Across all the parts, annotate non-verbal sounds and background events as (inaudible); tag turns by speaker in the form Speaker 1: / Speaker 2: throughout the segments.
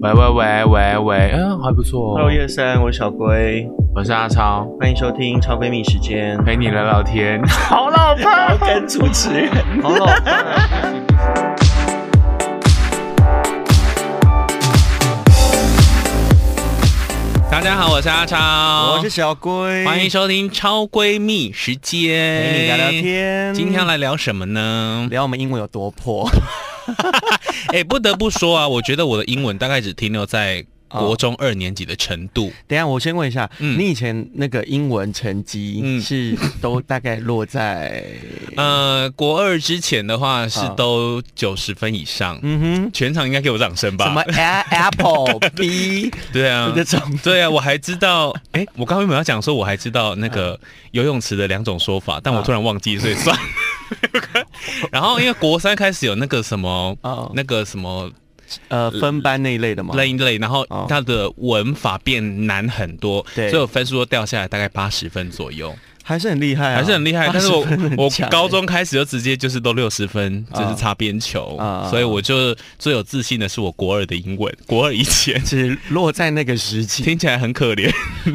Speaker 1: 喂喂喂喂喂，嗯，还不错、
Speaker 2: Hello，
Speaker 1: 哦。
Speaker 2: 叶三，我是小龟，
Speaker 1: 我是阿超，
Speaker 2: 欢迎收听超闺蜜时 (laughs) 间。
Speaker 1: 陪你聊聊天。好老婆，
Speaker 2: 要跟主持人，好老派。
Speaker 1: 大家好，我是阿超，
Speaker 2: 我是小龟，
Speaker 1: 欢迎收听超闺蜜时间，
Speaker 2: 陪你聊聊。
Speaker 3: 哎
Speaker 2: 天。
Speaker 1: 今天要来聊什么呢？
Speaker 2: 聊我们英文有多破，
Speaker 1: 哎、不得不说啊，我觉得我的英文大概只停留在国中二年级的程度。
Speaker 3: (laughs) 等一下，我先问一下，
Speaker 1: 嗯
Speaker 3: 你以前那个英文成绩
Speaker 1: 嗯
Speaker 3: 是都大概落在，
Speaker 1: (laughs) 呃，国二之前的话是
Speaker 3: 啊
Speaker 1: 都九十分以上，
Speaker 3: 嗯
Speaker 1: 全场应该给我掌声
Speaker 3: 哼，什么
Speaker 1: 吧？
Speaker 3: A-
Speaker 1: (laughs)
Speaker 3: Apple B
Speaker 1: 对啊，
Speaker 3: 这种，
Speaker 1: 对啊，我还知道，哎、我刚刚有没有要讲说我还知道那个游泳池的两种说法，但我突然忘记，所以算。了。然后因为国三开始有那个什么，
Speaker 3: 哦
Speaker 1: 那个什么
Speaker 3: 呃，分班那一类的吗？
Speaker 1: 类类，然后
Speaker 3: 哦
Speaker 1: 它的文法变难很多，
Speaker 3: 对
Speaker 1: 所以我分数都掉下来大概八十分左右，
Speaker 3: 还是很厉害啊，
Speaker 1: 还是很厉害。但是我
Speaker 3: 80分很
Speaker 1: 我
Speaker 3: 强欸
Speaker 1: 高中开始就直接就是都六十分，
Speaker 3: 啊
Speaker 1: 就是擦边球，
Speaker 3: 啊
Speaker 1: 所以我就最有自信的是我国二的英文， (laughs) 国二以
Speaker 3: (laughs)
Speaker 1: 前
Speaker 3: 只落在那个时
Speaker 1: (laughs)
Speaker 3: 期。
Speaker 1: 听起来很可怜，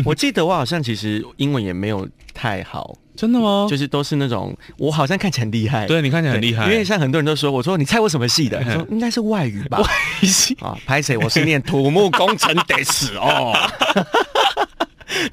Speaker 3: 我记得我好像其实英文也没有太好，
Speaker 1: 真的吗？
Speaker 3: 就是都是那种我好像看起来很厉害，
Speaker 1: (laughs) 哦对你看起
Speaker 3: 对，
Speaker 1: 来很厉害，
Speaker 3: 因为像很多人都说，我说你猜我什么系的？
Speaker 1: 嗯
Speaker 3: 他说应该是外语吧。
Speaker 1: 外星
Speaker 3: 啊，拍谁？我是念土木工程得死哦。 (laughs)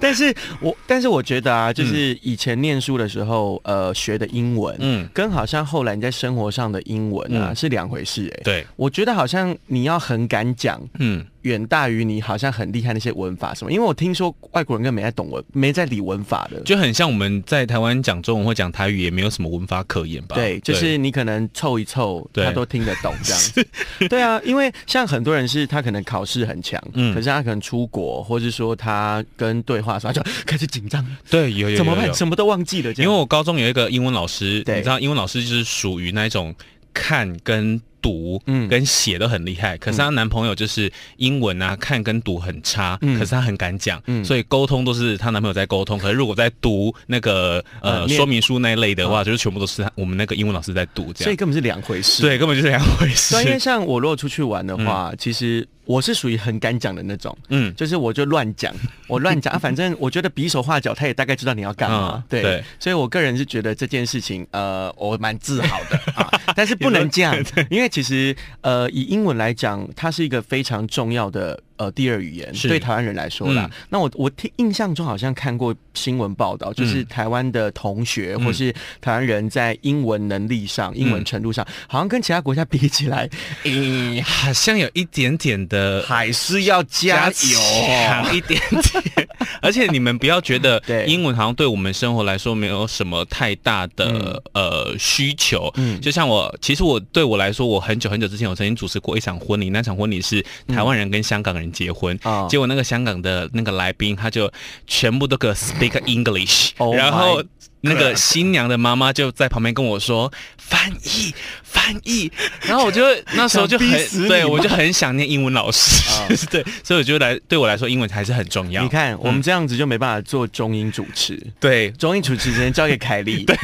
Speaker 3: 但是我但是我觉得啊，就是以前念书的时候，呃，学的英文，
Speaker 1: 嗯
Speaker 3: 嗯，跟好像后来你在生活上的英文啊、
Speaker 1: 嗯
Speaker 3: 是两回事哎、
Speaker 1: (laughs) 对，
Speaker 3: 我觉得好像你要很敢讲，
Speaker 1: 嗯，
Speaker 3: 远大于你好像很厉害那些文法什么。因为我听说外国人根本没在懂文，没在理文法的。
Speaker 1: 就很像我们在台湾讲中文或讲台语，也没有什么文法可言吧？
Speaker 3: 对，就是你可能凑一凑，
Speaker 1: 对
Speaker 3: 他都听得懂这样子。 (laughs) 对啊，因为像很多人是他可能考试很强，
Speaker 1: 嗯
Speaker 3: 可是他可能出国，或是说他跟对话的时候他就开始紧张，
Speaker 1: 对，有有有
Speaker 3: 怎么办？
Speaker 1: 有
Speaker 3: 什么都忘记了，这
Speaker 1: 因为
Speaker 3: 样。
Speaker 1: 我高中有一个英文老师，你
Speaker 3: 对
Speaker 1: 知道，英文老师就是属于那种看跟读。
Speaker 3: 嗯
Speaker 1: 跟写都很厉害，可是她男朋友就是英文啊，看跟读很差，
Speaker 3: 嗯
Speaker 1: 可是她很敢讲，
Speaker 3: 嗯
Speaker 1: 所以沟通都是她男朋友在沟通。可是如果在读那个呃、
Speaker 3: 呃念
Speaker 1: 说明书那一类的话，就是全部都是她我们那个英文老师在读，这
Speaker 3: 所以
Speaker 1: 样
Speaker 3: 根本是两回事。
Speaker 1: 对，根本就是嗯两回事
Speaker 3: 对啊，。因为像我如果出去玩的话，其实我是属于很敢讲的那种，
Speaker 1: 嗯，
Speaker 3: 就是我就乱 (laughs) 讲，我乱讲、啊，反正我觉得比手画脚，他也大概知道你要干嘛。
Speaker 1: 嗯
Speaker 3: 啊对，
Speaker 1: 对
Speaker 3: 所以我个人是觉得这件事情，呃，我蛮自豪 (laughs) 的啊，但是不能这样，因为其实呃，以英文来讲，它是一个非常重要的。呃，第二语言
Speaker 1: 是
Speaker 3: 对台湾人来说啦，
Speaker 1: 嗯
Speaker 3: 那我我听印象中好像看过新闻报道，就是
Speaker 1: 嗯
Speaker 3: 台湾的同学、或是台湾人在英文能力上、英文程度上，好像跟其他国家比起来，嗯，
Speaker 1: 好像有一点点的
Speaker 3: 还是要加油哦。
Speaker 1: 强一点点。而且你们不要觉
Speaker 3: (laughs)
Speaker 1: 得
Speaker 3: 对
Speaker 1: 英文好像对我们生活来说没有什么太大的、呃需求。
Speaker 3: 嗯
Speaker 1: 就像我，其实我对我来说，我很久很久之前我曾经主持过一场婚礼，那场婚礼是台湾人跟香港人结婚，
Speaker 3: 啊
Speaker 1: 结果那个香港的那个来宾他就全部都给我 speak English，、
Speaker 3: (laughs) Oh my
Speaker 1: 然后。那个新娘的妈妈就在旁边跟我说翻译翻译，然后我就那时候就很
Speaker 3: 想逼死你
Speaker 1: 对
Speaker 3: 吗
Speaker 1: 我就很想念英文老师，
Speaker 3: 啊
Speaker 1: (laughs) 对，所以我觉得来对我来说，英文还是很重要。
Speaker 3: 你，看，我们这样子就没办法做中英主持，
Speaker 1: 对
Speaker 3: 中英主持只能交给凯莉。嗯 (laughs) 对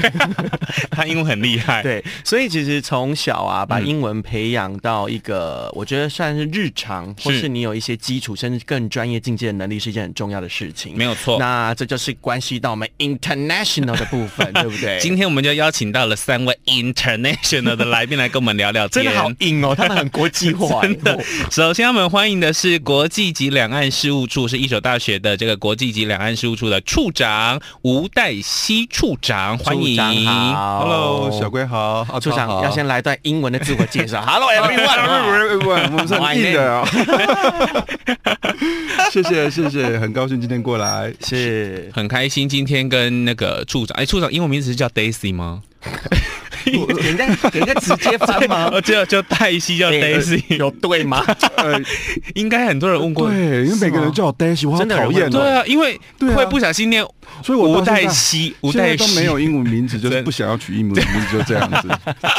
Speaker 1: 他英文很厉害，，
Speaker 3: 对，所以其实从小啊，把
Speaker 1: 嗯
Speaker 3: 英文培养到一个、我觉得算是日常，或
Speaker 1: 是
Speaker 3: 是你有一些基础，甚至更专业境界的能力，是一件很重要的事情
Speaker 1: 没。有错。
Speaker 3: 那这就是关系到我们 international 的部 (laughs) 分，对不对？
Speaker 1: 哎今天我们就邀请到了三位 international 的来宾来跟我们聊聊
Speaker 3: (laughs)
Speaker 1: 天，
Speaker 3: 真的好硬哦，他们很国际 (laughs) 化，
Speaker 1: 真的。首先，我们欢迎的是国际及两岸事务处，是一所大学的这个国际及两岸事务处的处长吴代熙处长，欢
Speaker 3: 处
Speaker 1: 迎。
Speaker 3: 长好
Speaker 4: Hello，小
Speaker 1: 哦
Speaker 4: 龟好，啊
Speaker 3: 处长要先来一段英文的自我介绍。Hello (laughs)
Speaker 4: 超好
Speaker 3: everyone，
Speaker 4: everyone，everyone，我们哎是很硬的哦。 (laughs) 谢谢谢谢，很高兴今天
Speaker 1: (laughs)
Speaker 4: 过来。
Speaker 3: 是 (laughs)
Speaker 1: 很开心今天跟那个处长，哎，处长英文名字是叫 Daisy 吗？
Speaker 3: 人家人家直接翻
Speaker 1: (laughs)
Speaker 3: 吗？
Speaker 1: 哦，就就代熙叫 (laughs) Daisy，、
Speaker 3: 有对
Speaker 1: (laughs)
Speaker 3: 吗？
Speaker 4: 呃，
Speaker 1: 应该很多人问过。
Speaker 4: 对，因为每个人叫我 Dash，我好
Speaker 3: 真的有人
Speaker 4: 讨
Speaker 3: 问
Speaker 4: 厌
Speaker 1: 对
Speaker 4: 哦。
Speaker 1: 啊，因为
Speaker 4: 对啊
Speaker 1: 会不小心念
Speaker 4: 所以我
Speaker 1: 吴
Speaker 4: 到
Speaker 1: 代
Speaker 4: 现在
Speaker 1: 熙，吴
Speaker 4: 现在
Speaker 1: 代
Speaker 4: 都
Speaker 1: 熙
Speaker 4: 没有英文名字，就
Speaker 1: 对
Speaker 4: 是不想要取英文名字，就这样
Speaker 1: (laughs)
Speaker 4: 子，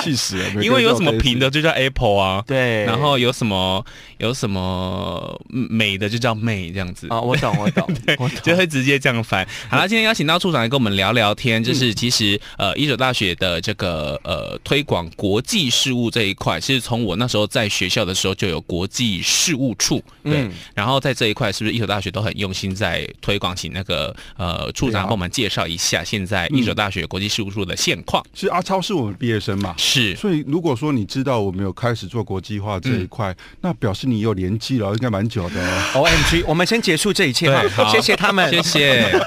Speaker 4: 气死了。每个人
Speaker 1: 因为有什么
Speaker 4: 叫我 Daisy
Speaker 1: 平的就叫 Apple 啊，
Speaker 3: 对，
Speaker 1: 然后有什么有什么美的就叫妹这样子
Speaker 3: 啊，我懂，我懂，我
Speaker 1: 就
Speaker 3: 懂。
Speaker 1: 会直接
Speaker 3: 嗯
Speaker 1: 这样翻。好了，今天邀请到处长来跟我们聊聊天，就是其实呃，一所大学的这个个呃推广国际事务这一块，其实从我那时候在学校的时候就有国际事务处，
Speaker 3: 嗯
Speaker 1: 对，然后在这一块是不是一所大学都很用心在推广？请那个呃处长帮我们介绍一下现在一所大学国际事务处的现况。
Speaker 4: 是阿超是我们毕业生嘛？
Speaker 1: 是，嗯
Speaker 4: 所以如果说你知道我们有开始做国际化这一块，那表示你有年纪了，应该蛮久的哦。
Speaker 3: (laughs) O M G，我们先结束这一切
Speaker 1: 对，
Speaker 3: 哈，
Speaker 1: 好，
Speaker 3: 谢谢他们，(laughs)
Speaker 1: 谢谢。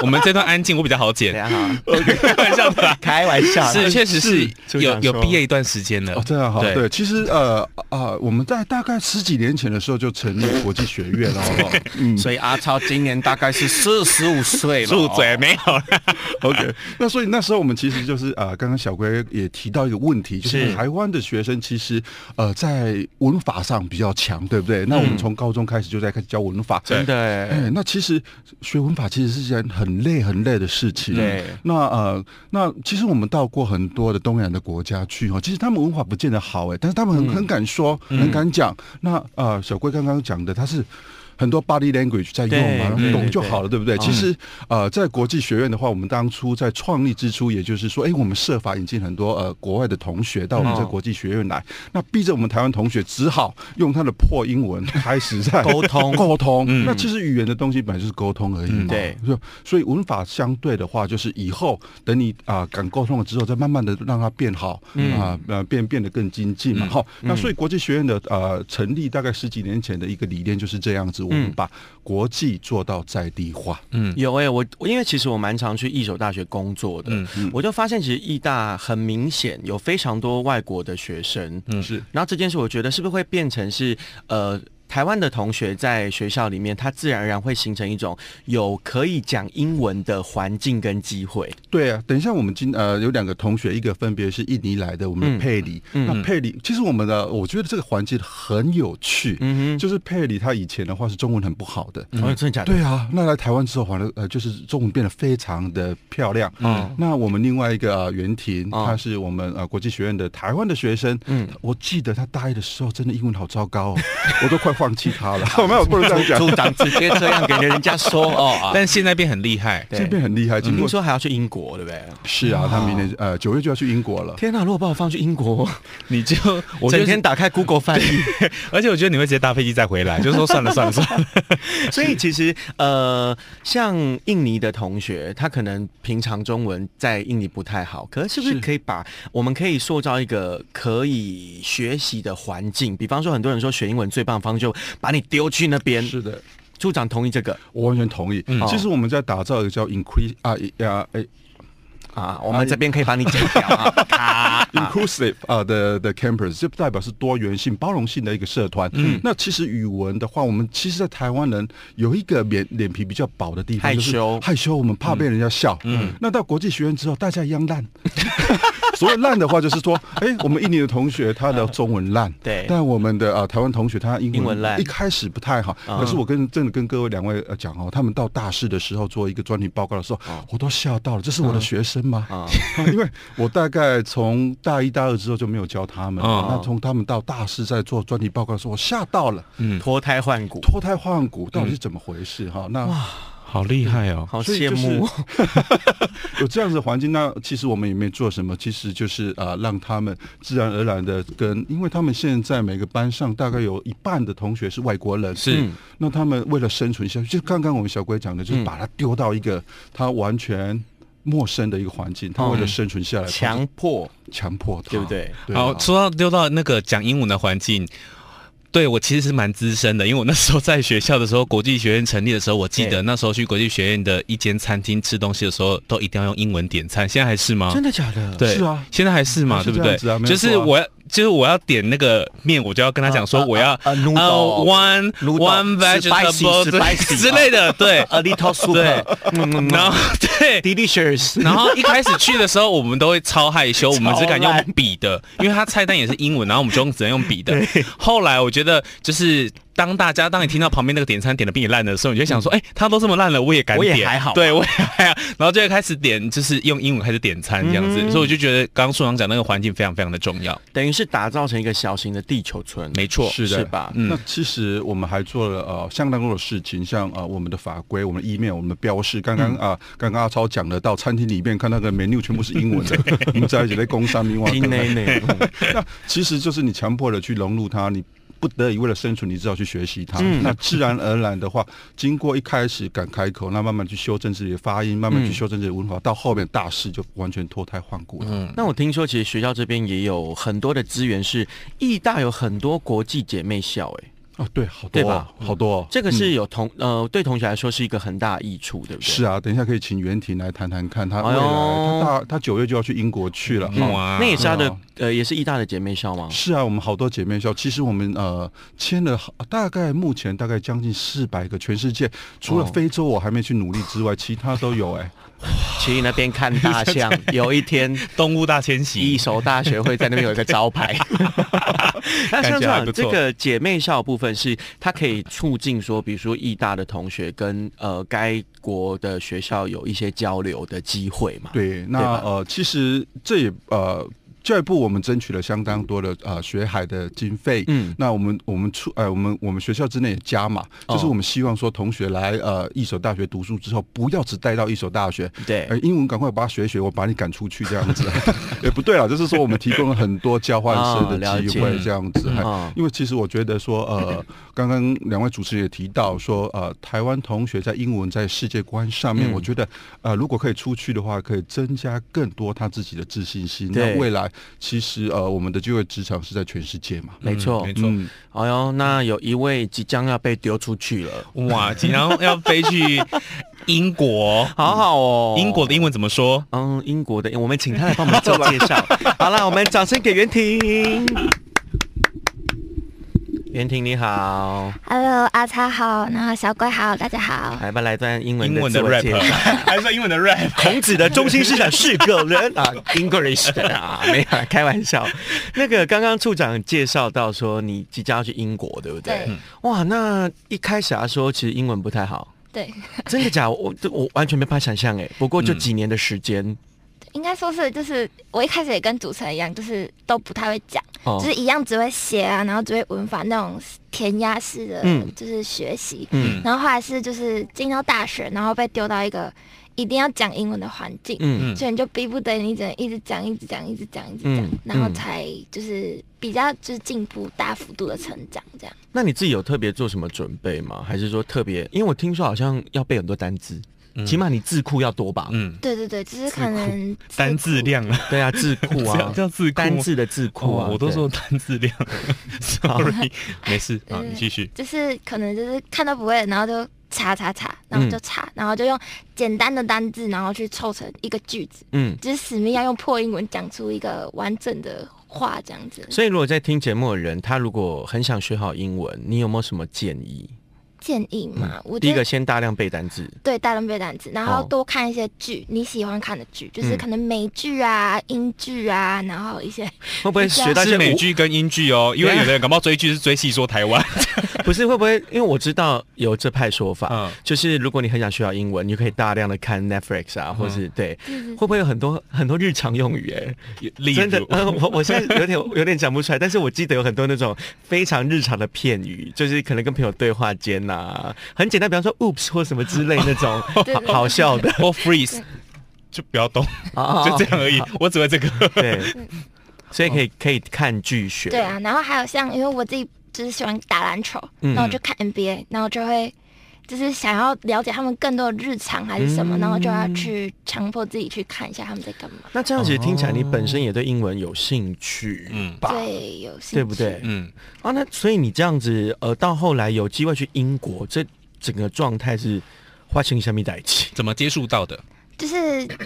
Speaker 1: 我们这段安静，我比较好
Speaker 3: 大
Speaker 1: 剪，
Speaker 3: 家好，
Speaker 1: (laughs) 开玩笑的啦。
Speaker 3: 开玩笑，
Speaker 1: 是，确实是
Speaker 3: 就
Speaker 1: 有
Speaker 3: 想
Speaker 1: 有
Speaker 3: 说
Speaker 1: 毕业一段时间了
Speaker 4: 哦，，这样好，
Speaker 1: 对
Speaker 4: 对，其实呃啊、我们在大概十几年前的时候就成立国际学院了，好不好？嗯
Speaker 3: 所以阿超今年大概是四十五岁了，
Speaker 1: (laughs) 住嘴，没有啦。
Speaker 4: (laughs) OK，那所以那时候我们其实就是呃，刚刚小龟也提到一个问题，就是台湾的学生其实呃在文法上比较强，对不对？那我们从高中开始就在开始教文法，
Speaker 1: 对
Speaker 3: 真的
Speaker 4: 哎，那其实学文法其实是件很累很累的事情。
Speaker 3: 对
Speaker 4: 那呃，那其实我们到过很多的东南亚的国家去哈，其实他们文法不见得好哎，但是他们
Speaker 3: 嗯
Speaker 4: 很、很敢说，很敢讲。那呃，小龟刚刚讲的，他是。很多 body language 在用嘛，
Speaker 3: 对对
Speaker 4: 懂
Speaker 3: 对嗯
Speaker 4: 就好了，对不对？其实，呃，在国际学院的话，我们当初在创立之初，也就是说，哎，我们设法引进很多呃国外的同学到我们这
Speaker 3: 嗯
Speaker 4: 国际学院来，那逼着我们台湾同学只好用他的破英文开始在
Speaker 3: 沟通
Speaker 4: 沟通。
Speaker 1: 嗯
Speaker 4: 那其实语言的东西本来就是沟通而已嘛，
Speaker 1: 嗯
Speaker 3: 对
Speaker 4: 就所以文法相对的话，就是以后等你啊、敢沟通了之后，再慢慢的让它变好，啊、呃变变得更精进嘛。哈、那所以国际学院的呃成立大概十几年前的一个理念就是这样子，我们把国际做到在地化。
Speaker 1: 嗯
Speaker 3: 有哎、我我因为其实我蛮常去一所大学工作的，
Speaker 1: 嗯
Speaker 3: 我就发现其实义大很明显有非常多外国的学生，
Speaker 1: 嗯
Speaker 4: 是
Speaker 3: 然后这件事我觉得是不是会变成是呃。台湾的同学在学校里面，他自然而然会形成一种有可以讲英文的环境跟机会。
Speaker 4: 对啊，等一下我们今呃有两个同学，一个分别是印尼来的，我们的佩里。那佩里其实我们的我觉得这个环节很有趣，
Speaker 3: 嗯
Speaker 4: 就是佩里他以前的话是中文很不好的，
Speaker 3: 哼，哦，真的假的？
Speaker 4: 对啊，那来台湾之后，反正呃，就是中文变得非常的漂亮。
Speaker 1: 嗯
Speaker 4: 嗯，那我们另外一个呃袁婷，
Speaker 3: 哦
Speaker 4: 她是我们呃国际学院的台湾的学生。嗯，我记得她大一的时候真的英文好糟糕 (laughs) 哦，我都快放弃她 (laughs) 了。没有，不能这样讲。
Speaker 3: 处长直接这样给人家说哦 (laughs) 啊！
Speaker 1: 但现在变很厉害，
Speaker 4: 这边很厉害，经
Speaker 3: 听
Speaker 4: 过
Speaker 3: 说还要去英国，对不对？
Speaker 4: 是啊，她明年呃九月就要去英国了。
Speaker 3: 天哪、如果把我放去英国，
Speaker 1: 你就 (laughs) 我
Speaker 3: (laughs) 整
Speaker 1: 觉
Speaker 3: 天
Speaker 1: 得，
Speaker 3: 打开 Google 翻译，
Speaker 1: 而且我觉得你会直接搭飞机再回来，就说算了算了算了。 (laughs)
Speaker 3: 所以其实呃，像印尼的同学，他可能平常中文在印尼不太好，可是是不是可以把我们可以塑造一个可以学习的环境？比方说，很多人说学英文最棒的方式，就把你丢去那边。
Speaker 4: 是的，
Speaker 3: 处长同意这个
Speaker 4: 我完全同意。其实我们在打造一个叫 increase 啊呀哎
Speaker 3: 啊，我们这边可以把你剪掉啊。咔
Speaker 4: (laughs) inclusive 啊的的 campus，就代表是多元性、包容性的一个社团。
Speaker 3: 嗯
Speaker 4: 那其实语文的话，我们其实，在台湾人有一个脸脸皮比较薄的地方，
Speaker 3: 害
Speaker 4: 就是
Speaker 3: 羞
Speaker 4: 害羞，我们怕被人家笑。嗯，那到国际学院之后，大家一样烂。 (laughs) 所谓烂的话，就是说，哎、我们印尼的同学他的中文烂，
Speaker 3: 对
Speaker 4: 但我们的呃台湾同学他英
Speaker 3: 英
Speaker 4: 文
Speaker 3: 文烂
Speaker 4: 一开始不太好。
Speaker 3: 嗯
Speaker 4: 可是我跟真的跟各位两位呃讲哦，他们到大四的时候做一个专题报告的时候，我都吓到了，这是我的学生吗？
Speaker 3: 啊，
Speaker 4: 啊 (laughs) 因为我大概从大一、大二之后就没有教他们，
Speaker 1: 嗯
Speaker 4: 那从他们到大四在做专题报告的时候，我吓到了，
Speaker 3: 脱胎换骨，
Speaker 4: 脱胎换骨到底是怎么回事哈、那
Speaker 1: 好厉害哦！
Speaker 3: 好
Speaker 4: 所以
Speaker 3: 羡
Speaker 4: 就是
Speaker 3: 慕。
Speaker 4: 有这样子的环境，那其实我们也没做什么，其实就是啊、呃让他们自然而然的跟，因为他们现在每个班上大概有一半的同学是外国人，
Speaker 1: 是
Speaker 4: 嗯那他们为了生存下去，就刚刚我们小龟讲的，
Speaker 3: 嗯
Speaker 4: 就是把他丢到一个他完全。陌生的一个环境，他为了生存下来，
Speaker 3: 强迫，
Speaker 4: 强迫
Speaker 3: 嗯
Speaker 4: 他，
Speaker 3: 对不对？
Speaker 4: 啊
Speaker 1: 好，说到丢到那个讲英文的环境，对我其实是蛮资深的，因为我那时候在学校的时候，国际学院成立的时候，我记得
Speaker 3: 对
Speaker 1: 那时候去国际学院的一间餐厅吃东西的时候，都一定要用英文点餐，现在还是吗？
Speaker 3: 真的假的？
Speaker 1: 对，
Speaker 4: 是啊
Speaker 1: 现在还是嘛，
Speaker 4: 还是
Speaker 1: 对不
Speaker 4: 这
Speaker 1: 对
Speaker 4: 样子啊？没有
Speaker 1: 就是
Speaker 4: 错啊
Speaker 1: 我要，就是我要点那个面，我就要跟他讲说我要
Speaker 3: 啊啊啊，noodle
Speaker 1: 呃 one
Speaker 3: noodle
Speaker 1: one vegetable
Speaker 3: spicy- spicy，
Speaker 1: 之 (laughs) 之类的，对
Speaker 3: ，A little soup，
Speaker 1: 对
Speaker 3: 嗯嗯嗯
Speaker 1: 然后对，
Speaker 3: delicious，
Speaker 1: 然后一开始去的时候，我们都会超害羞，我们只敢 (laughs) 用笔的，因为他菜单也是英文，然后我们就只能用笔的。后来我觉得就是当大家当你听到旁边那个点餐点的比你烂的时候，你就想说，哎、他都这么烂了，我也敢
Speaker 3: 我也
Speaker 1: 点，
Speaker 3: 还好啊
Speaker 1: 对我也还好，然后就会开始点，就是用英文开始点餐这样子，
Speaker 3: 嗯
Speaker 1: 所以我就觉得刚刚苏阳讲那个环境非常非常的重要，
Speaker 3: 等于是打造成一个小型的地球村，
Speaker 1: 没错，
Speaker 4: 是的，
Speaker 3: 是吧
Speaker 1: 嗯
Speaker 4: 那其实我们还做了呃相当多的事情，像呃我们的法规、我们的 email、我们的标示。刚刚
Speaker 3: 嗯
Speaker 4: 啊，刚刚阿超讲的，到餐厅里面看那个 menu 全部是英
Speaker 3: (laughs)
Speaker 4: 文的，你在一起在攻山英文。
Speaker 3: 听内内，嗯
Speaker 4: 那其实就是你强迫的去融入它，你。不得已为了生存，你只好去学习它。
Speaker 3: 嗯
Speaker 4: 那自然而然的话，经过一开始敢开口，那慢慢去修正自己的发音，慢慢
Speaker 3: 嗯
Speaker 4: 去修正自己的文化，到后面大势就完全脱胎换骨了。
Speaker 1: 嗯
Speaker 3: 那我听说，其实学校这边也有很多的资源，是义大有很多国际姐妹校、哎，
Speaker 4: 啊，对，好
Speaker 3: 对
Speaker 4: 多、哦
Speaker 3: 吧，
Speaker 4: 好多、哦。
Speaker 3: 这个是有同、呃对同学来说是一个很大的益处，对不对？
Speaker 4: 是啊，等一下可以请袁婷来谈谈看，她未来、
Speaker 3: 哎呦
Speaker 4: 她大她九月就要去英国去了。
Speaker 1: 嗯
Speaker 4: 哦
Speaker 1: 哇
Speaker 3: 那也是他的
Speaker 4: 哦
Speaker 3: 呃，也是义大的姐妹校吗？
Speaker 4: 是啊，我们好多姐妹校，其实我们呃签了好大概目前大概将近四百个，全世界除了
Speaker 3: 哦
Speaker 4: 非洲我还没去努力
Speaker 3: (laughs)
Speaker 4: 之外，其他都有哎、
Speaker 3: 去那边看大象，有一天
Speaker 1: 动物大迁徙，
Speaker 3: 一手大学会在那边有一个招
Speaker 1: (laughs)
Speaker 3: 牌。那像这
Speaker 1: 感觉还
Speaker 3: 样，
Speaker 1: 不错
Speaker 3: 这个姐妹校的部分是它可以促进说，比如说义大的同学跟呃该国的学校有一些交流的机会嘛？，
Speaker 4: 对，
Speaker 3: 对
Speaker 4: 那
Speaker 3: 吧
Speaker 4: 呃，其实这也呃。教育部我们争取了相当多的呃学海的经费，
Speaker 3: 嗯
Speaker 4: 那我们我们出呃我们我们学校之内也加码，
Speaker 3: 哦
Speaker 4: 就是我们希望说同学来呃一所大学读书之后，不要只待到一所大学，
Speaker 3: 对
Speaker 4: 呃英文赶快把它学一学，我把你赶出去这样子， (laughs) 也不对了，就是说我们提供了很多交换
Speaker 3: 哦
Speaker 4: 生
Speaker 3: 了
Speaker 4: 的
Speaker 3: 解
Speaker 4: 机会这样子，嗨
Speaker 1: 嗯
Speaker 3: 哦
Speaker 4: 因为其实我觉得说呃刚刚两位主持人也提到说呃台湾同学在英文在世界观上面，
Speaker 3: 嗯
Speaker 4: 我觉得呃如果可以出去的话，可以增加更多他自己的自信心。
Speaker 3: 对
Speaker 4: 那未来其实呃我们的就业职场是在全世界嘛。嗯
Speaker 3: 没错。
Speaker 1: 没错。
Speaker 3: 哎呦，那有一位即将要被丢出去了，
Speaker 1: 哇，即将要飞去英国，
Speaker 3: 好好 (laughs) 哦，
Speaker 1: 英国的英文怎么说？
Speaker 3: 嗯，英国的，我们请他来帮我们做介
Speaker 1: (laughs)
Speaker 3: 绍。好了，我们掌声给袁婷。袁婷你好，
Speaker 5: Hello，阿叉好，然后小鬼好，大家好。
Speaker 3: 来吧，来段英文
Speaker 1: 英文
Speaker 3: 自
Speaker 1: 的
Speaker 3: 我
Speaker 1: rap 啊
Speaker 3: 介绍。 (laughs)
Speaker 1: 还是英文的 rap？
Speaker 3: 孔子的中心思想是个人 (laughs) 啊，English 的啊，没有啊开玩笑。那个刚刚处长介绍到说你即将要去英国，对不对？嗯
Speaker 5: 对
Speaker 3: 哇，那一开始他啊说其实英文不太好，
Speaker 5: 对，
Speaker 3: 真的假的？我我我完全没办法想象哎。不过就几年的时间、
Speaker 5: 应该说是就是我一开始也跟主持人一样，就是都不太会讲，
Speaker 3: 哦
Speaker 5: 就是一样只会写啊，然后只会文法那种填鸭式的，
Speaker 3: 嗯
Speaker 5: 就是学习。
Speaker 3: 嗯
Speaker 5: 然后后来是就是进到大学，然后被丢到一个一定要讲英文的环境，
Speaker 3: 嗯
Speaker 5: 所以你就逼不得已，你只能一直讲，一直讲，一直讲，一直讲，
Speaker 3: 嗯
Speaker 5: 然后
Speaker 3: 嗯
Speaker 5: 才就是比较就是进步大幅度的成长这样。
Speaker 3: 那你自己有特别做什么准备吗？还是说特别？因为我听说好像要背很多单字，起码你字库要多吧？
Speaker 1: 嗯，
Speaker 5: 对对对，就是可能
Speaker 1: 单字量啊，
Speaker 3: 对啊， (laughs) 字库
Speaker 1: 这
Speaker 3: 啊
Speaker 1: (laughs) 样，这样字库
Speaker 3: 单
Speaker 1: 吗
Speaker 3: 字的字库啊，
Speaker 1: 哦，我都
Speaker 3: 对
Speaker 1: 说单字
Speaker 3: (laughs)
Speaker 1: 量，sorry，没事啊，你继续。
Speaker 5: 就是可能就是看到不会，然后就查查查，然
Speaker 3: 嗯
Speaker 5: 后就查，然后就用简单的单字，然后去凑成一个句子，
Speaker 3: 嗯。
Speaker 5: 就是死命要用破英文讲出一个完整的话这样子。
Speaker 3: 所以，如果在听节目的人，他如果很想学好英文，你有没有什么建议？嗯
Speaker 5: 建议嘛，嗯我
Speaker 3: 第一
Speaker 5: 觉
Speaker 3: 个，
Speaker 5: 得
Speaker 3: 先大量背单
Speaker 5: (laughs)
Speaker 3: 字。
Speaker 5: 对大量背单词，然后
Speaker 3: 哦
Speaker 5: 多看一些剧，你喜欢看的剧，就是
Speaker 3: 嗯
Speaker 5: 可能美剧啊、英剧啊，然后一些
Speaker 3: 会不会学到一些
Speaker 1: 是美
Speaker 3: 无？
Speaker 1: 剧跟英剧哦，因为有的人感冒追剧是追戏说台
Speaker 3: (laughs)
Speaker 1: 湾，
Speaker 3: 不是会不会？因为我知道有这派说法，
Speaker 1: 嗯
Speaker 3: 就是如果你很想学好英文，你就可以大量的看 Netflix 啊，或是对，
Speaker 5: 嗯
Speaker 3: 会不会有很多很多日常用语、欸？
Speaker 1: 嗯例
Speaker 3: 真的 (laughs)
Speaker 1: 如，
Speaker 3: 呃我我现在有点有点讲不出来，但是我记得有很多那种非常日常的片语，就是可能跟朋友对话间呐、很简单，比方说 oops 或什么之类那种
Speaker 5: (laughs) 对哦对对
Speaker 3: 好笑
Speaker 5: (laughs)
Speaker 3: 的
Speaker 1: 或 freeze，就不要动，
Speaker 3: 啊
Speaker 1: 就这样而已。我只会这个。
Speaker 3: (laughs)
Speaker 1: (laughs)
Speaker 3: 对，所以可
Speaker 1: 哦
Speaker 3: 以可以看剧学。
Speaker 5: 对啊，然后还有像，因为我自己就是喜欢打篮球，
Speaker 3: 嗯
Speaker 5: 然后我就看 NBA，然后就会就是想要了解他们更多的日常还是什
Speaker 3: 嗯
Speaker 5: 么，然后就要去强迫自己去看一下他们在干嘛，
Speaker 3: 那这样子听起来，你本身也对英文有兴趣，
Speaker 1: 嗯
Speaker 3: 吧？
Speaker 5: 最有兴趣，
Speaker 3: 对不对？
Speaker 1: 嗯，
Speaker 3: 啊，那所以你这样子，呃，到后来有机会去英国，这整个状态是花钱下面代起。
Speaker 1: 怎么接触到的？
Speaker 5: 就是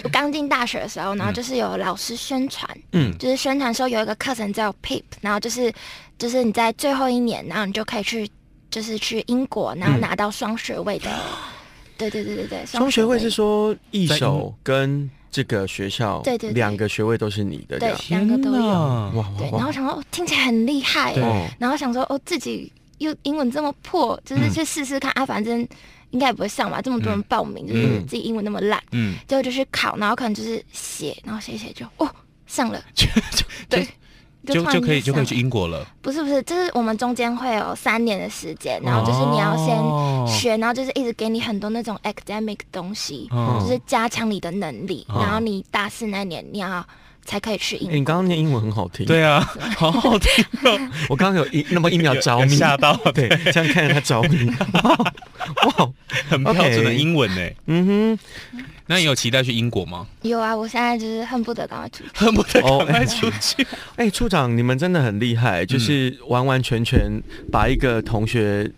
Speaker 5: 我刚进大学的时候，然后就是有老师宣传，
Speaker 3: 嗯
Speaker 5: 就是宣传说有一个课程叫 PIP，然后就是就是你在最后一年，然后你就可以去就是去英国，然后拿到双学位的。对对对对对，
Speaker 3: 嗯双学位啊是
Speaker 5: 双
Speaker 3: 说一
Speaker 1: 在
Speaker 3: 手跟这个学校，
Speaker 5: 对对对
Speaker 3: 两个学位都是你的，这
Speaker 5: 对
Speaker 3: 样
Speaker 5: 两个都有。
Speaker 1: 哪！
Speaker 3: 哇
Speaker 5: 对，
Speaker 3: 哇
Speaker 5: 然后
Speaker 3: 哇！
Speaker 5: 想说、哦、听起来很厉害
Speaker 1: 对
Speaker 5: 哦，然后想说哦自己又英文这么破，就是
Speaker 1: 嗯
Speaker 5: 去试试看、啊，反正应该也不会上吧，这么多人报名，就是自己英文那么烂，
Speaker 1: 嗯，
Speaker 5: 结果就去考，然后可能就是写，然后写一写就哦上
Speaker 1: (laughs)
Speaker 5: 了，对，
Speaker 1: 就
Speaker 5: 突然
Speaker 1: 就可以就可以
Speaker 5: 上
Speaker 1: 去英国了。
Speaker 5: 不是不是，就是我们中间会有三年的时间，然后就是你要
Speaker 1: 哦
Speaker 5: 先学，然后就是一直给你很多那种 academic 的东西，
Speaker 1: 嗯
Speaker 5: 就是加强你的能力。
Speaker 1: 哦
Speaker 5: 然后你大四那年你要才可以去英
Speaker 3: 欸你刚刚念英文很好听，，
Speaker 1: 对啊，好好听 (laughs) 哦，
Speaker 3: 我刚刚有一那么一秒着迷，
Speaker 1: 吓到，
Speaker 3: 对，这样看着他着迷，
Speaker 1: (laughs)
Speaker 3: 哇哇，
Speaker 1: 很标准的
Speaker 3: OK
Speaker 1: 英文欸呢。
Speaker 3: 嗯
Speaker 1: 那你有期待去英国吗？
Speaker 5: 有啊，我现在就是恨不得赶快出去。
Speaker 1: 恨 (laughs) 不得
Speaker 3: 哦
Speaker 1: 赶快出去。
Speaker 3: 哼，哎、处长，你们真的很厉害，
Speaker 1: 嗯
Speaker 3: 就是完完全全把一个同学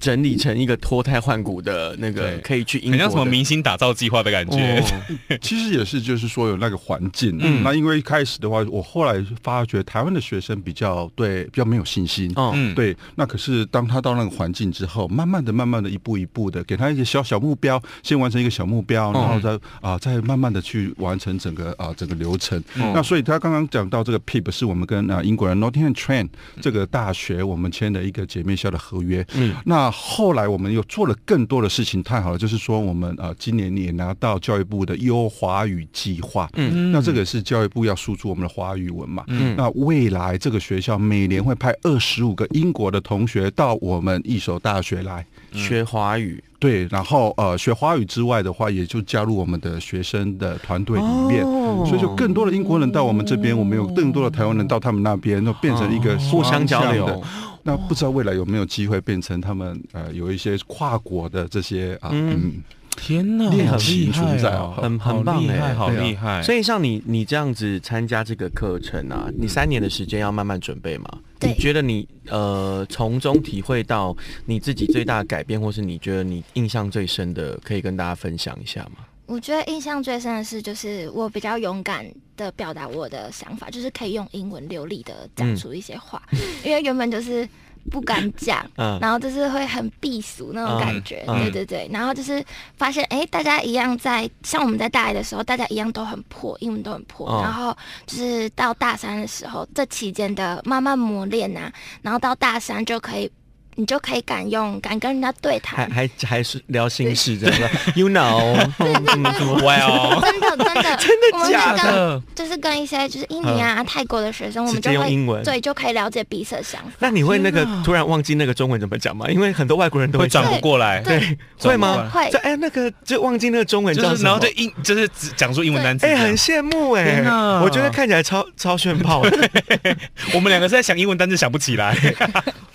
Speaker 3: 整理成一个脱胎换骨的那个
Speaker 1: 对，
Speaker 3: 可以去英
Speaker 1: 很
Speaker 3: 国的，
Speaker 1: 像什么明星打造计划的感觉。
Speaker 3: 哦
Speaker 4: 其实也是，就是说有那个环境、
Speaker 3: 嗯
Speaker 4: 那因为一开始的话，我后来发觉台湾的学生比较对比较没有信心。
Speaker 3: 哦
Speaker 1: 嗯，
Speaker 4: 对，那可是当他到那个环境之后，慢慢的、慢慢的、一步一步的，给他一个小小目标，先完成一个小目标，然后再啊、再慢慢的去完成整个啊、整个流程。那所以他刚刚讲到这个 PIP 是我们跟啊、英国人 Nottingham Trent 这个大学我们签的一个姐妹校的合约。嗯，那后来我们又做了更多的事情，太好了，就是说我们啊今年也拿到教育部的优华语计划。嗯，那这个是教育部要输出我们的华语文嘛。嗯，那未来这个学校每年会派二十五个英国的同学到我们一所大学来。
Speaker 3: 学嗯华语，
Speaker 4: 对，然后呃，学华语之外的话，也就加入我们的学生的团队里面，
Speaker 3: 哦
Speaker 4: 所以就更多的英国人到我们这边，我们有更多的台湾人到他们那边，就变成一个
Speaker 3: 哦互相交流
Speaker 4: 双向的。那不知道未来有没有机会变成他们呃有一些跨国的这些啊嗯
Speaker 1: 天哪，
Speaker 4: 恋
Speaker 1: 好
Speaker 4: 情
Speaker 1: 厉害
Speaker 4: 存在
Speaker 1: 哦
Speaker 4: 哦
Speaker 3: 很很棒
Speaker 1: 好厉
Speaker 3: 哎
Speaker 1: 害，好
Speaker 4: 对啊
Speaker 1: 厉害。
Speaker 3: 所以像你，你这样子参加这个课程啊，
Speaker 1: 嗯
Speaker 3: 你三年的时间要慢慢准备嘛？
Speaker 5: 对
Speaker 3: 你觉得你呃从中体会到你自己最大的改变，或是你觉得你印象最深的，可以跟大家分享一下吗？
Speaker 5: 我觉得印象最深的是，就是我比较勇敢的表达我的想法，就是可以用英文流利的
Speaker 3: 嗯
Speaker 5: 讲出一些话，因为原本就是不敢讲，
Speaker 3: 嗯
Speaker 5: 然后就是会很避俗那种感觉，
Speaker 3: 嗯嗯
Speaker 5: 对对对，然后就是发现，哎，大家一样在像我们在大一的时候，大家一样都很破，英文都很破，
Speaker 3: 哦
Speaker 5: 然后就是到大三的时候，这期间的慢慢磨练啊，然后到大三就可以，你就可以敢用，敢跟人家对
Speaker 3: 还
Speaker 5: 谈，
Speaker 3: 还还是聊心事这
Speaker 1: (laughs)
Speaker 3: 样子，You know，嗯什么
Speaker 1: 哇
Speaker 3: (laughs)
Speaker 1: 哦，
Speaker 5: (laughs) 真的真的 (laughs) 真的
Speaker 1: 假的？
Speaker 5: 就是跟一些就是印尼啊、泰国的学生，我
Speaker 3: 直
Speaker 5: 们就
Speaker 3: 接用英文
Speaker 5: 会对就可以了解彼此的想法。
Speaker 3: 那你会那个突然忘记那个中文怎么讲吗？因为很多外国人都
Speaker 1: 会
Speaker 3: 讲
Speaker 1: 转不过来，
Speaker 5: 对
Speaker 3: 会吗？
Speaker 5: 会
Speaker 3: 就哎、那个就忘记那个中文
Speaker 1: 就
Speaker 3: 叫
Speaker 1: 是
Speaker 3: 什么
Speaker 1: 然后就英就是只讲出英文单词
Speaker 3: 哎、
Speaker 1: 这样。
Speaker 3: 很羡慕哎、
Speaker 1: 天哪
Speaker 3: 我觉得看起来超超炫
Speaker 1: (laughs)
Speaker 3: 炮的。
Speaker 1: 我们两个是在想英文单词想不起来。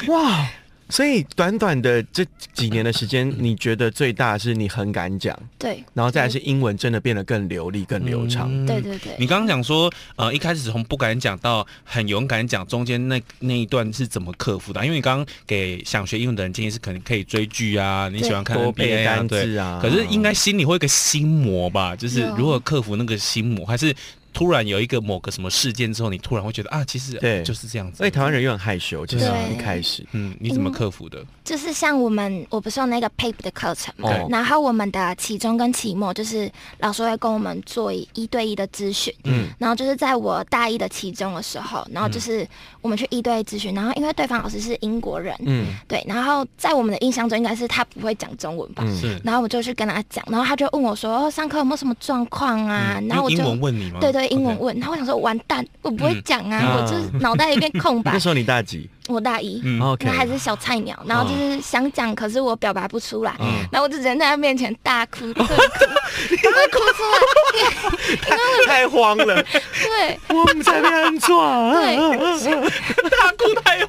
Speaker 3: 哇！所以短短的这几年的时间，你觉得最大是你很敢讲，
Speaker 5: 对，
Speaker 3: 然后再来是英文真的变得更流利、更 (laughs) 流畅。
Speaker 1: 嗯
Speaker 5: 对对对
Speaker 1: 你刚刚讲说，呃，一开始从不敢讲到很勇敢讲，中间那那一段是怎么克服的啊？因为你刚刚给想学英文的人建议是，可能可以追剧啊，你喜欢看
Speaker 3: 多背
Speaker 1: NBA 啊，
Speaker 3: 单
Speaker 1: 对
Speaker 3: 字啊
Speaker 1: 可是应该心里会有一个心魔吧？就是
Speaker 5: 有
Speaker 1: 如何克服那个心魔，还是突然有一个某个什么事件之后，你突然会觉得啊，其实
Speaker 3: 对
Speaker 1: 就是这样子
Speaker 3: 所以。台湾人又很害羞，其实
Speaker 5: 对
Speaker 3: 一开始，
Speaker 1: 嗯，你怎么克服的？
Speaker 5: 就是像我们，我不是有那个 PAPE 的课程嘛，
Speaker 3: 哦
Speaker 5: 然后我们的期中跟期末就是老师会跟我们做一一对一的咨询，嗯，然后就是在我大一的期中的时候，然后就是我们去一对一咨询，然后因为对方老师是英国人，
Speaker 3: 嗯，
Speaker 5: 对，然后在我们的印象中应该是他不会讲中文吧，
Speaker 3: 嗯
Speaker 1: 是
Speaker 5: 然后我就去跟他讲，然后他就问我说，哦，上课有没有什么状况啊？然
Speaker 1: 用
Speaker 5: 后我就
Speaker 1: 嗯英文问你吗？
Speaker 5: 对对，英文
Speaker 1: OK
Speaker 5: 问，然后我想说完蛋，我不会讲啊，
Speaker 3: 嗯
Speaker 5: 我就是脑袋一片空白
Speaker 3: 那。时候你大几
Speaker 5: 我大一，
Speaker 1: 嗯
Speaker 3: ？OK，
Speaker 5: 那还是小菜鸟，然后就是想讲，可是我表达不出来，
Speaker 1: 嗯
Speaker 3: 嗯
Speaker 5: 然后我就只能在他面前大哭，
Speaker 1: (laughs)
Speaker 5: 大哭，我会哭出来，
Speaker 3: 太慌了，
Speaker 5: 对
Speaker 3: 我们在边做。
Speaker 5: 对
Speaker 1: 大哭大有，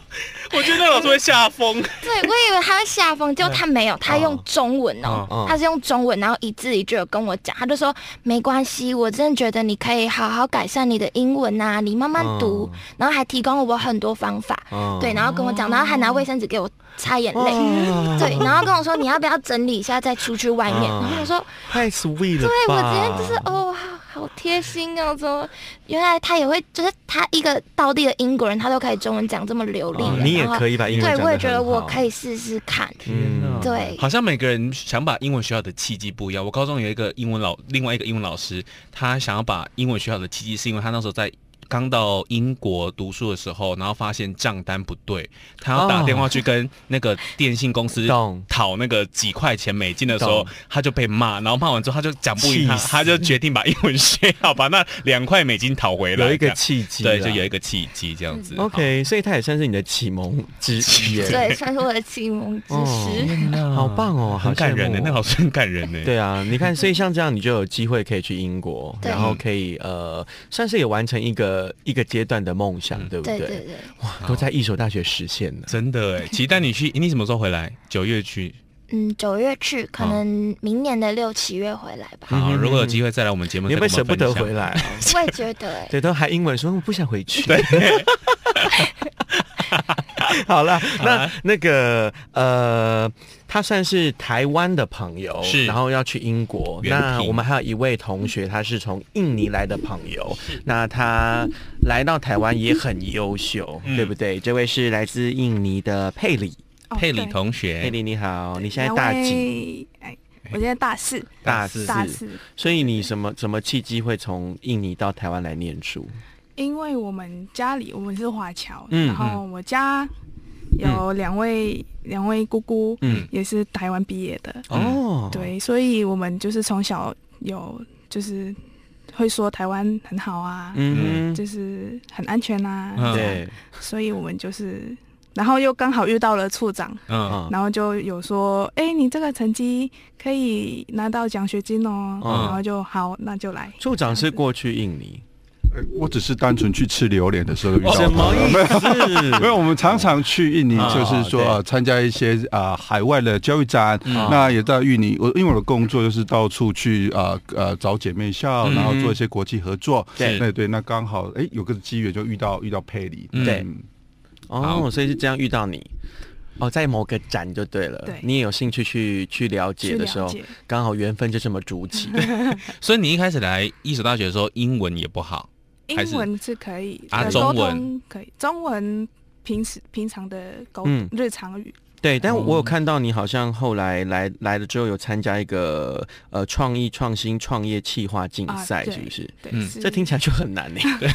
Speaker 1: 我觉得那老师会吓疯。
Speaker 5: 对，我以为他会吓疯，结果他没有，他用中文
Speaker 3: 嗯
Speaker 5: 哦
Speaker 3: 嗯，
Speaker 5: 他是用中文，然后一字一句有跟我讲，他就说没关系，我真的觉得你可以好好改善你的英文啊，你慢慢读，然后还提供了我很多方法，
Speaker 3: 嗯
Speaker 5: 对，然后跟我讲，然后还拿卫生纸给我擦眼泪，
Speaker 3: 哇
Speaker 5: 对，然后跟我说你要不要整理一下再出去外面，
Speaker 3: 嗯
Speaker 5: 然后我说
Speaker 3: 太 sweet 了
Speaker 5: 对我
Speaker 3: 吧？
Speaker 5: 今天就是哦，好好贴心哦，怎么原来他也会，就是他一个当地的英国人，他都可以中文讲这么流利
Speaker 3: 哦
Speaker 5: 了，
Speaker 3: 你也
Speaker 5: 然后
Speaker 3: 可以把英文讲
Speaker 5: 对，我也
Speaker 3: 得
Speaker 5: 觉得
Speaker 3: 很
Speaker 5: 我
Speaker 3: 好
Speaker 5: 可以试试看，
Speaker 3: 嗯，
Speaker 5: 对。
Speaker 1: 好像每个人想把英文学校的契机不一样。我高中有一个英文老，另外一个英文老师，他想要把英文学校的契机，是因为他那时候在刚到英国读书的时候，然后发现账单不对，他要
Speaker 3: 哦
Speaker 1: 打电话去跟那个电信公司
Speaker 3: 懂
Speaker 1: 讨那个几块钱美金的时候
Speaker 3: 懂，
Speaker 1: 他就被骂，然后骂完之后他就讲不赢他，
Speaker 3: 气死
Speaker 1: 他就决定把英文学好，把那两块美金讨回来，
Speaker 3: 有一
Speaker 1: 这
Speaker 3: 个
Speaker 1: 样
Speaker 3: 契机啦，
Speaker 1: 对，就有一个契机这样子。好
Speaker 3: OK，所以他也算是你的启蒙之一
Speaker 1: (laughs)
Speaker 3: 耶，
Speaker 5: (laughs) 对，算是我的启蒙之
Speaker 3: 哦
Speaker 5: 师。 (laughs)
Speaker 3: 好棒哦，好
Speaker 1: 很感
Speaker 3: 羡
Speaker 1: 人的，欸
Speaker 3: 慕
Speaker 1: 那老师很感人呢。欸
Speaker 3: 对啊，你看，所以像这样，你就有机会可以去英国，
Speaker 5: 对
Speaker 3: 然后可以呃，算是也完成一个一个阶段的梦想，对不
Speaker 5: 对
Speaker 3: 嗯对
Speaker 5: 对对，
Speaker 3: 哇，都在一所大学实现了。
Speaker 1: 真的哎，期待你去，你什么时候回来？九月去。
Speaker 5: 嗯，九月去，可
Speaker 3: 哦
Speaker 5: 能明年的六七月回来
Speaker 3: 嗯
Speaker 5: 吧。
Speaker 1: 好，如果有机会再来我们节目，
Speaker 3: 你有没有舍不得回来、
Speaker 1: 来？
Speaker 3: 啊？
Speaker 5: 我也觉得、欸，
Speaker 3: 对，都还英文说我不想回去。对。 (laughs) 好了，
Speaker 1: 啊
Speaker 3: 那那个呃，他算是台湾的朋友，
Speaker 1: 是
Speaker 3: 然后要去英国。
Speaker 1: 原
Speaker 3: 那
Speaker 1: 聘
Speaker 3: 我们还有一位同学，他是从印尼来的朋友，那他来到台湾也很优秀，
Speaker 1: 嗯
Speaker 3: 对不对？这位是来自印尼的佩里，
Speaker 6: 哦
Speaker 1: 佩里
Speaker 6: 对
Speaker 1: 同
Speaker 3: 佩
Speaker 1: 学，
Speaker 3: 里你好，你现在大几？
Speaker 6: 几？哎，我现在大四，
Speaker 3: (laughs) 大四
Speaker 6: 大四。
Speaker 3: 所以你什么什么契机会从印尼到台湾来念书？
Speaker 6: 因为我们家里我们是华侨，
Speaker 3: 嗯
Speaker 6: 然后我家有两位、两位姑姑，
Speaker 3: 嗯
Speaker 6: 也是台湾毕业的，
Speaker 1: 嗯
Speaker 3: 哦，，
Speaker 6: 对，所以我们就是从小有就是会说台湾很好啊，
Speaker 3: 嗯哼，
Speaker 6: 就是很安全啊，
Speaker 1: 嗯
Speaker 6: 这样
Speaker 3: 对，
Speaker 6: 所以我们就是，然后又刚好遇到了处长，
Speaker 1: 嗯，
Speaker 3: 嗯
Speaker 6: 然后就有说，哎、你这个成绩可以拿到奖学金哦，
Speaker 3: 嗯
Speaker 6: 然后就好，那就来。
Speaker 3: 处长是过去印尼，
Speaker 4: 呃我只是单纯去吃榴莲的时候遇到他
Speaker 3: 哦什么意
Speaker 4: (laughs)
Speaker 3: 思？
Speaker 4: 哦没有，我们常常去印尼，
Speaker 3: 哦
Speaker 4: 就是说
Speaker 3: 对啊
Speaker 4: 呃参加一些啊海外的教育展，那也到印尼。我因为我的工作就是到处去啊呃找姐妹
Speaker 3: 嗯
Speaker 4: 校，然后做一些国际合作。
Speaker 1: 对
Speaker 4: 那对，那刚好哎有个机缘就遇到遇到佩里，
Speaker 1: 嗯
Speaker 3: 对
Speaker 4: 嗯
Speaker 3: 哦，所以是这样遇到你。哦，在某个展就对了，
Speaker 6: 对
Speaker 3: 你也有兴趣去去了解的时候
Speaker 6: 去了解，
Speaker 3: 刚好缘分就这么筑
Speaker 6: (laughs)
Speaker 3: 起。
Speaker 1: 所以你一开始来一所大学的时候，英文也不好，还是
Speaker 6: 英文是可以，
Speaker 1: 啊
Speaker 6: 呃
Speaker 1: 中文
Speaker 6: 沟通可以，中文平时平常的沟、
Speaker 3: 嗯
Speaker 6: 日常语，
Speaker 3: 对，但我有看到你好像后来来来了之后，有参加一个呃创意创新创业企划竞赛，
Speaker 6: 啊对
Speaker 3: 是不是？
Speaker 6: 对，
Speaker 1: 嗯
Speaker 6: 是
Speaker 3: 这听起来就很难呢。欸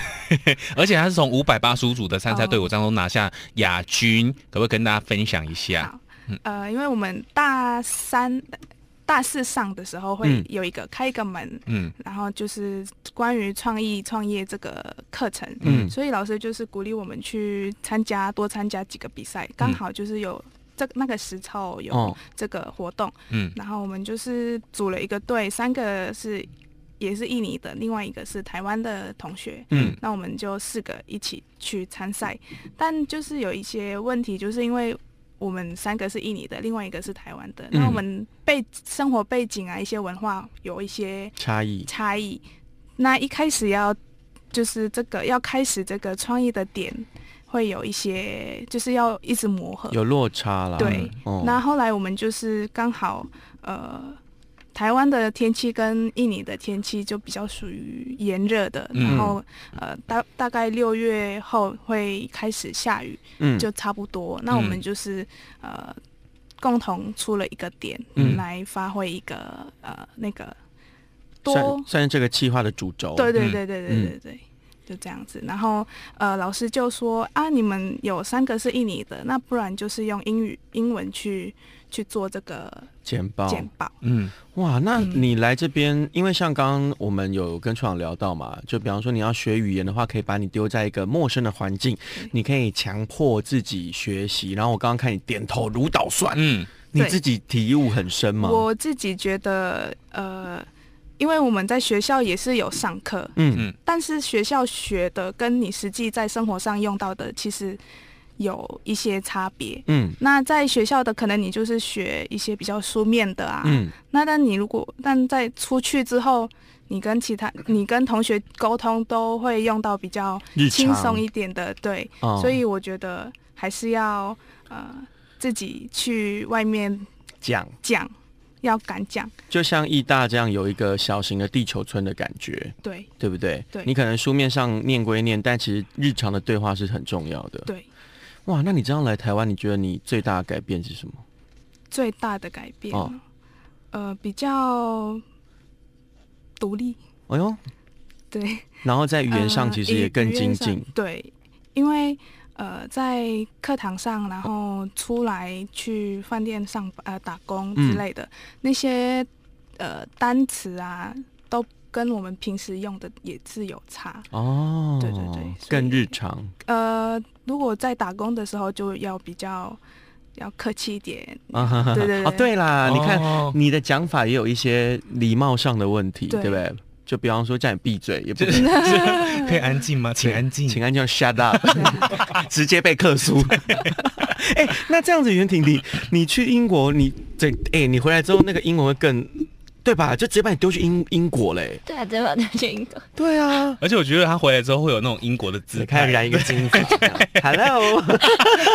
Speaker 1: 而且他是从五百八十五组的
Speaker 6: 哦
Speaker 1: 参赛队伍当中拿下亚军，可不可以跟大家分享一下？
Speaker 6: 好呃，因为我们大三、大四上的时候会
Speaker 3: 嗯
Speaker 6: 有一个、开一个门，
Speaker 1: 嗯
Speaker 6: 然后就是关于创意创业这个课程，
Speaker 3: 嗯
Speaker 6: 所以老师就是鼓励我们去参加多参加几个比赛，刚好就是有这那个时候 (laughs) 有
Speaker 3: 嗯哦
Speaker 6: 这个活动，
Speaker 1: 嗯
Speaker 6: 然后我们就是组了一个队，三个是也是印尼的，另外一个是台湾的同学。
Speaker 3: 嗯
Speaker 6: 那我们就四个一起去参赛，但就是有一些问题，就是因为我们三个是印尼的，另外一个是台湾的，
Speaker 3: 嗯
Speaker 6: 那我们背生活背景啊，一些文化有一些
Speaker 3: 差异
Speaker 6: 差异。那一开始要就是这个要开始这个创意的点，会有一些就是要一直磨合，
Speaker 3: 有落差啦。
Speaker 6: 呃对
Speaker 3: 哦
Speaker 6: 那后来我们就是刚好，呃，台湾的天气跟印尼的天气就比较属于炎热的，
Speaker 1: 嗯
Speaker 6: 然后呃大大概六月后会开始下雨，
Speaker 3: 嗯
Speaker 6: 就差不多。那我们就是呃共同出了一个点、
Speaker 3: 嗯
Speaker 6: 来发挥一个呃那个多
Speaker 3: 算，算是这个企划的主轴。
Speaker 6: 对对
Speaker 1: 嗯
Speaker 6: 对对对对对。就这样子，然后呃，老师就说啊，你们有三个是印尼的，那不然就是用英语、英文去去做这个
Speaker 3: 简报
Speaker 6: 简报。
Speaker 1: 嗯
Speaker 3: 哇，那你来这边，因为像刚刚我们有跟处长聊到嘛，就比方说你要学语言的话，可以把你丢在一个陌生的环境，你可以强迫自己学习。然后我刚刚看你点头如捣蒜，
Speaker 1: 嗯
Speaker 3: 你
Speaker 6: 对
Speaker 3: 自己体悟很深吗？
Speaker 6: 我自己觉得，呃，因为我们在学校也是有上课，
Speaker 3: 嗯
Speaker 6: 但是学校学的跟你实际在生活上用到的其实有一些差别。
Speaker 3: 嗯
Speaker 6: 那在学校的可能你就是学一些比较书面的啊，
Speaker 3: 嗯
Speaker 6: 那但你如果但在出去之后，你跟其他
Speaker 3: 嗯
Speaker 6: 你跟同学沟通都会用到比较
Speaker 3: 日常
Speaker 6: 轻松一点的，对，
Speaker 3: 哦
Speaker 6: 所以我觉得还是要呃自己去外面
Speaker 3: 讲，
Speaker 6: 讲，要敢讲，
Speaker 3: 就像义大这样有一个小型的地球村的感觉，
Speaker 6: 对
Speaker 3: 对不对？
Speaker 6: 对
Speaker 3: 你可能书面上念归念，但其实日常的对话是很重要的。
Speaker 6: 对，
Speaker 3: 哇，那你这样来台湾，你觉得你最大的改变是什么？
Speaker 6: 最大的改变，
Speaker 3: 哦
Speaker 6: 呃，比较独立，
Speaker 3: 哎呦，
Speaker 6: 对，
Speaker 3: 然后在语言上
Speaker 6: 呃
Speaker 3: 其实也更精。
Speaker 6: 语
Speaker 3: 进
Speaker 6: 言上，对，因为呃，在课堂上，然后出来去饭店上班呃打工之
Speaker 3: 嗯
Speaker 6: 类的、那些呃单词啊，都跟我们平时用的也是有差。
Speaker 3: 哦，
Speaker 6: 对对对所以
Speaker 3: 更日常，
Speaker 6: 呃，如果在打工的时候就要比较要客气一点。
Speaker 3: (laughs) 啊哈哈
Speaker 6: 嗯对对对
Speaker 3: 哦，对啦，你看 (laughs)
Speaker 1: 哦
Speaker 3: 你的讲法也有一些礼貌上的问题，对
Speaker 6: 对
Speaker 3: 不对？就比方说叫你闭嘴，也不
Speaker 1: 这可以安静吗？请安静，
Speaker 3: 请安
Speaker 6: (laughs)
Speaker 3: 静，shut up，直接被克诉。 (laughs) 哎、那这样子，袁婷，你你去英国，你这哎、你回来之后，那个英文会更对吧？就直接把你丢去英英国嘞、
Speaker 5: 对啊， (laughs) 对吧？对英国，
Speaker 3: 对啊，
Speaker 1: 而且我觉得他回来之后会有那种英国的姿
Speaker 3: 你看
Speaker 1: 态，
Speaker 3: 染一个金发
Speaker 6: (laughs)
Speaker 3: ，Hello，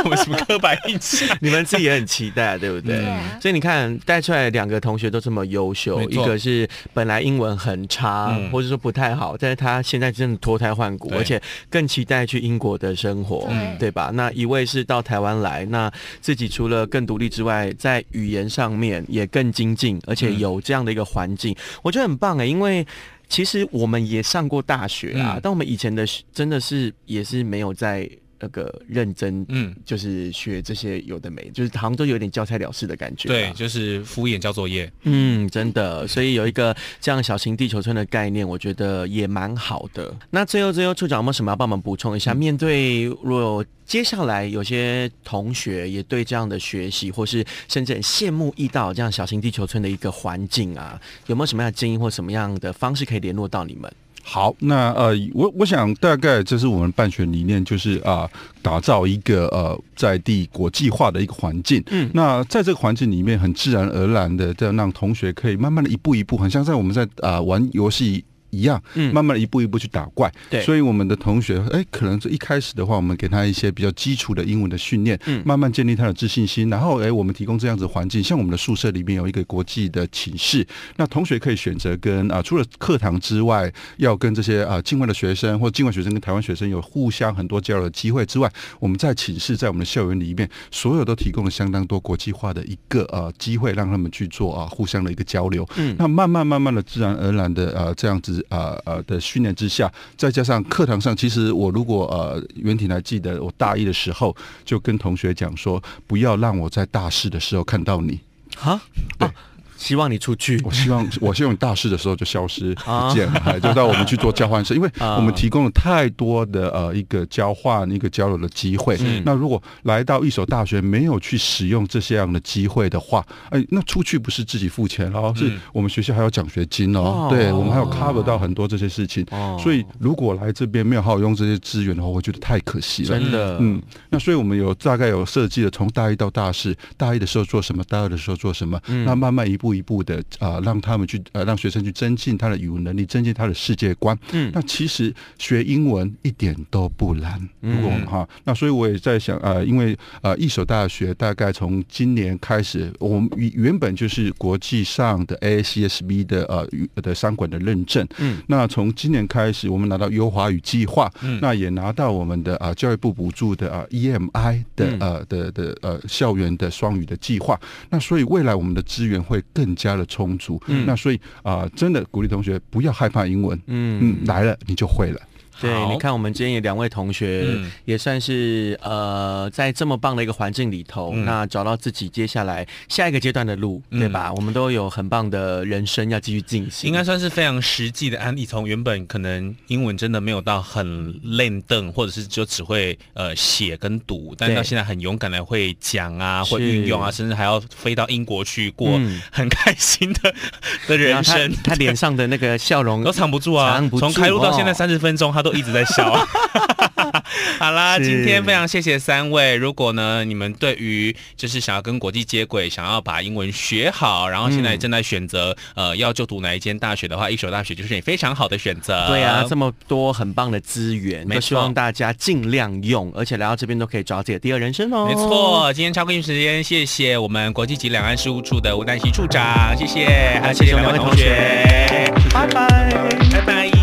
Speaker 1: 我们什么刻板印 (laughs) 象？
Speaker 3: 你们自己也很期待，对不对？
Speaker 1: 嗯
Speaker 5: 对啊
Speaker 3: 所以你看，带出来两个同学都这么优秀，
Speaker 1: 没
Speaker 3: 一
Speaker 1: 错
Speaker 3: 个是本来英文很差，
Speaker 1: 嗯
Speaker 3: 或者说不太好，但是他现在真的脱胎换骨，
Speaker 1: 对
Speaker 3: 而且更期待去英国的生活，
Speaker 5: 嗯
Speaker 3: 对吧？那一位是到台湾来，那自己除了更独立之外，在语言上面也更精进，而且有这样的一个环境，我觉得很棒哎、因为。其实我们也上过大学啊，
Speaker 1: 嗯
Speaker 3: 但我们以前的学真的是也是没有在那个认真
Speaker 1: 嗯，
Speaker 3: (laughs) 就是学这些有的没，就是杭州有点交差了事的感觉。
Speaker 1: 对，，就是敷衍交作业。
Speaker 3: 嗯，真的，所以有一个这样小型地球村的概念，我觉得也蛮好的。那最后最后，处长有没有什么要帮忙补充一
Speaker 4: 嗯
Speaker 3: 下？面对若有接下来有些同学也对这样的学习，或是甚至很羡慕易到这样小型地球村的一个环境啊，有没有什么样的建议或什么样的方式可以联络到你们？
Speaker 4: 好，那呃，我我想大概这是我们办学理念，就是啊、打造一个呃在地国际化的一个环境。
Speaker 3: 嗯
Speaker 4: 那在这个环境里面，很自然而然的，这样让同学可以慢慢的一步一步，很像在我们在啊、玩游戏。一样，
Speaker 3: 嗯
Speaker 4: 慢慢的一步一步去打怪，
Speaker 3: 对
Speaker 4: 所以我们的同学，哎，可能这一开始的话，我们给他一些比较基础的英文的训练，
Speaker 3: 嗯
Speaker 4: 慢慢建立他的自信心，然后，哎，我们提供这样子的环境，像我们的宿舍里面有一个国际的寝室，那同学可以选择跟啊、除了课堂之外，要跟这些啊、境外的学生或境外学生跟台湾学生有互相很多交流的机会之外，我们在寝室在我们的校园里面，所有都提供了相当多国际化的一个呃机会，让他们去做啊、互相的一个交流。
Speaker 3: 嗯
Speaker 4: 那慢慢慢慢的，自然而然的呃这样子呃呃的训练之下，再加上课堂上，其实我如果呃袁婷还记得，我大一的时候就跟同学讲说，不要让我在大四的时候看到你。
Speaker 3: 好，啊，希望你出去
Speaker 4: (laughs) 我希望，我希望你大四的时候就消失
Speaker 3: 啊
Speaker 4: 不见了，哎就到我们去做交换生，因为
Speaker 3: (laughs) 啊
Speaker 4: 我们提供了太多的呃一个交换、一个交流的机会。
Speaker 3: 嗯
Speaker 4: 那如果来到一所大学没有去使用这些样的机会的话，哎，那出去不是自己付钱哦，是我们学校还有奖学金
Speaker 3: 嗯哦
Speaker 4: 哦，对我们还有 cover 到很多这些事情
Speaker 3: 哦。
Speaker 4: 所以如果来这边没有好好用这些资源的话，我觉得太可惜了。
Speaker 3: 真的，
Speaker 4: 嗯，那所以我们有大概有设计了，从大一到大四，大一的时候做什么，大二的时候做什么，
Speaker 3: 嗯
Speaker 4: 那慢慢一步一步的啊、让他们去呃，让学生去增进他的语文能力，增进他的世界观。
Speaker 3: 嗯
Speaker 4: 那其实学英文一点都不难，
Speaker 3: 嗯
Speaker 4: 如果我们哈，那所以我也在想，呃，因为呃，一所大学大概从今年开始，我们原原本就是国际上的 AACSB 的呃语的商管的认证，
Speaker 3: 嗯，
Speaker 4: 那从今年开始，我们拿到优华语计划，
Speaker 1: 嗯
Speaker 4: 那也拿到我们的啊、呃教育部补助的啊、呃 EMI 的、
Speaker 3: 嗯
Speaker 4: 呃的的呃校园的双语的计划，那所以未来我们的资源会更加的充足，
Speaker 3: 嗯
Speaker 4: 那所以啊、呃真的鼓励同学不要害怕英文，嗯，来了你就会了。
Speaker 3: 对，
Speaker 1: 好
Speaker 3: 你看我们今天也两位同学
Speaker 1: 嗯
Speaker 3: 也算是、呃，在这么棒的一个环境里头，
Speaker 1: 嗯
Speaker 3: 那找到自己接下来下一个阶段的路，对吧？我们都有很棒的人生要继续进行，
Speaker 1: 应该算是非常实际的案例。从原本可能英文真的没有到很练邓，或者是就只会呃写跟读，但
Speaker 3: 对
Speaker 1: 到现在很勇敢的会讲啊，
Speaker 3: 是
Speaker 1: 会运用啊，甚至还要飞到英国去过
Speaker 3: 嗯
Speaker 1: 很开心的、 (laughs) 的
Speaker 3: 然后他
Speaker 1: 人生。
Speaker 3: 他脸上的那个笑容
Speaker 1: (laughs) 都藏不住啊
Speaker 3: 藏不！住
Speaker 1: 从开录到现在
Speaker 3: 哦
Speaker 1: 三十分钟，他都一直在笑、 (laughs) 啊。好啦，
Speaker 3: 是
Speaker 1: 今天非常谢谢三位。如果呢，你们对于就是想要跟国际接轨，想要把英文学好，然后现在正在选择、呃要就读哪一间大学的话，一所大学就是你非常好的选择。
Speaker 3: 对啊，这么多很棒的资源，
Speaker 1: 没
Speaker 3: 都希望
Speaker 1: 错
Speaker 3: 大家尽量用，而且来到这边都可以找到自己的第二人生哦。
Speaker 1: 没，错。今天超过一时间，谢谢我们国际及两岸事务处的吴丹熙处长，谢谢，还有谢谢我们
Speaker 3: 谢谢两位
Speaker 1: 的
Speaker 3: 同
Speaker 1: 同学，
Speaker 3: 拜拜。
Speaker 1: 拜拜。